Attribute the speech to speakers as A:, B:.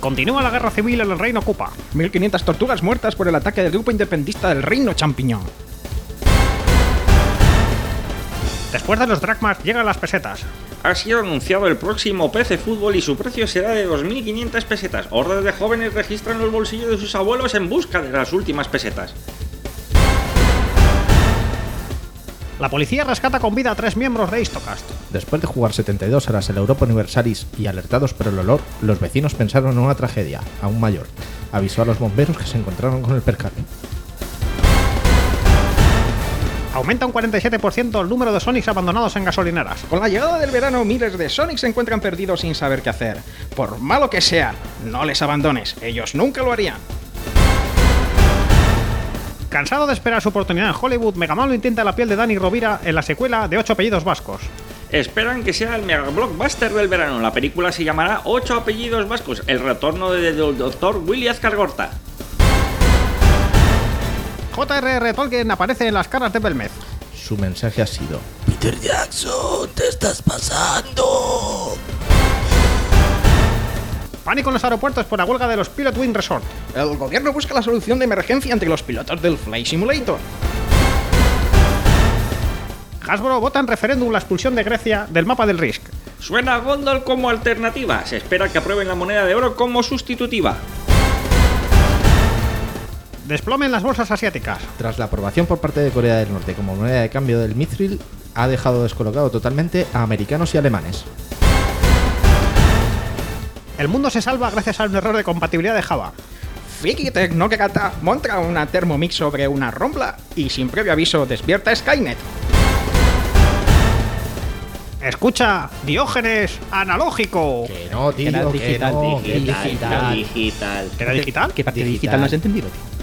A: Continúa la guerra civil en el reino Cupa.
B: 1500 tortugas muertas por el ataque del grupo independentista del reino champiñón.
A: Después de los dracmas llegan las pesetas.
C: Ha sido anunciado el próximo PC Fútbol y su precio será de 2.500 pesetas. Hordas de jóvenes registran los bolsillos de sus abuelos en busca de las últimas pesetas.
A: La policía rescata con vida a tres miembros de Istocast.
D: Después de jugar 72 horas el Europa Universalis y alertados por el olor, los vecinos pensaron en una tragedia, aún mayor. Avisó a los bomberos que se encontraron con el percance.
A: Aumenta un 47% el número de Sonics abandonados en gasolineras.
B: Con la llegada del verano, miles de Sonic se encuentran perdidos sin saber qué hacer. Por malo que sea, no les abandones, ellos nunca lo harían.
A: Cansado de esperar su oportunidad en Hollywood, Megaman lo intenta la piel de Danny Rovira en la secuela de 8 apellidos vascos.
C: Esperan que sea el mega blockbuster del verano. La película se llamará Ocho apellidos vascos, el retorno del doctor Willy Azcar Gorta.
A: J.R.R. Tolkien aparece en las caras de Belmez.
D: Su mensaje ha sido:
E: Peter Jackson, te estás pasando.
A: Pánico en los aeropuertos por la huelga de los Pilot Wing Resort.
B: El gobierno busca la solución de emergencia ante los pilotos del Flight Simulator.
A: Hasbro vota en referéndum la expulsión de Grecia del mapa del Risk.
C: Suena a Gondor como alternativa. Se espera que aprueben la moneda de oro como sustitutiva.
A: Desplomen las bolsas asiáticas.
D: Tras la aprobación por parte de Corea del Norte como moneda de cambio del Mithril, ha dejado descolocado totalmente a americanos y alemanes.
A: El mundo se salva gracias a un error de compatibilidad de Java.
B: Fikitech no gata monta una Thermomix sobre una rompla y sin previo aviso despierta Skynet.
A: Escucha, Diógenes analógico.
D: Que no, tío,
F: Era
D: que
F: digital,
D: no,
F: digital,
D: que-
F: digital.
C: digital.
A: ¿Era digital?
F: ¿Qué parte digital,
D: Digital.
F: no has entendido, tío?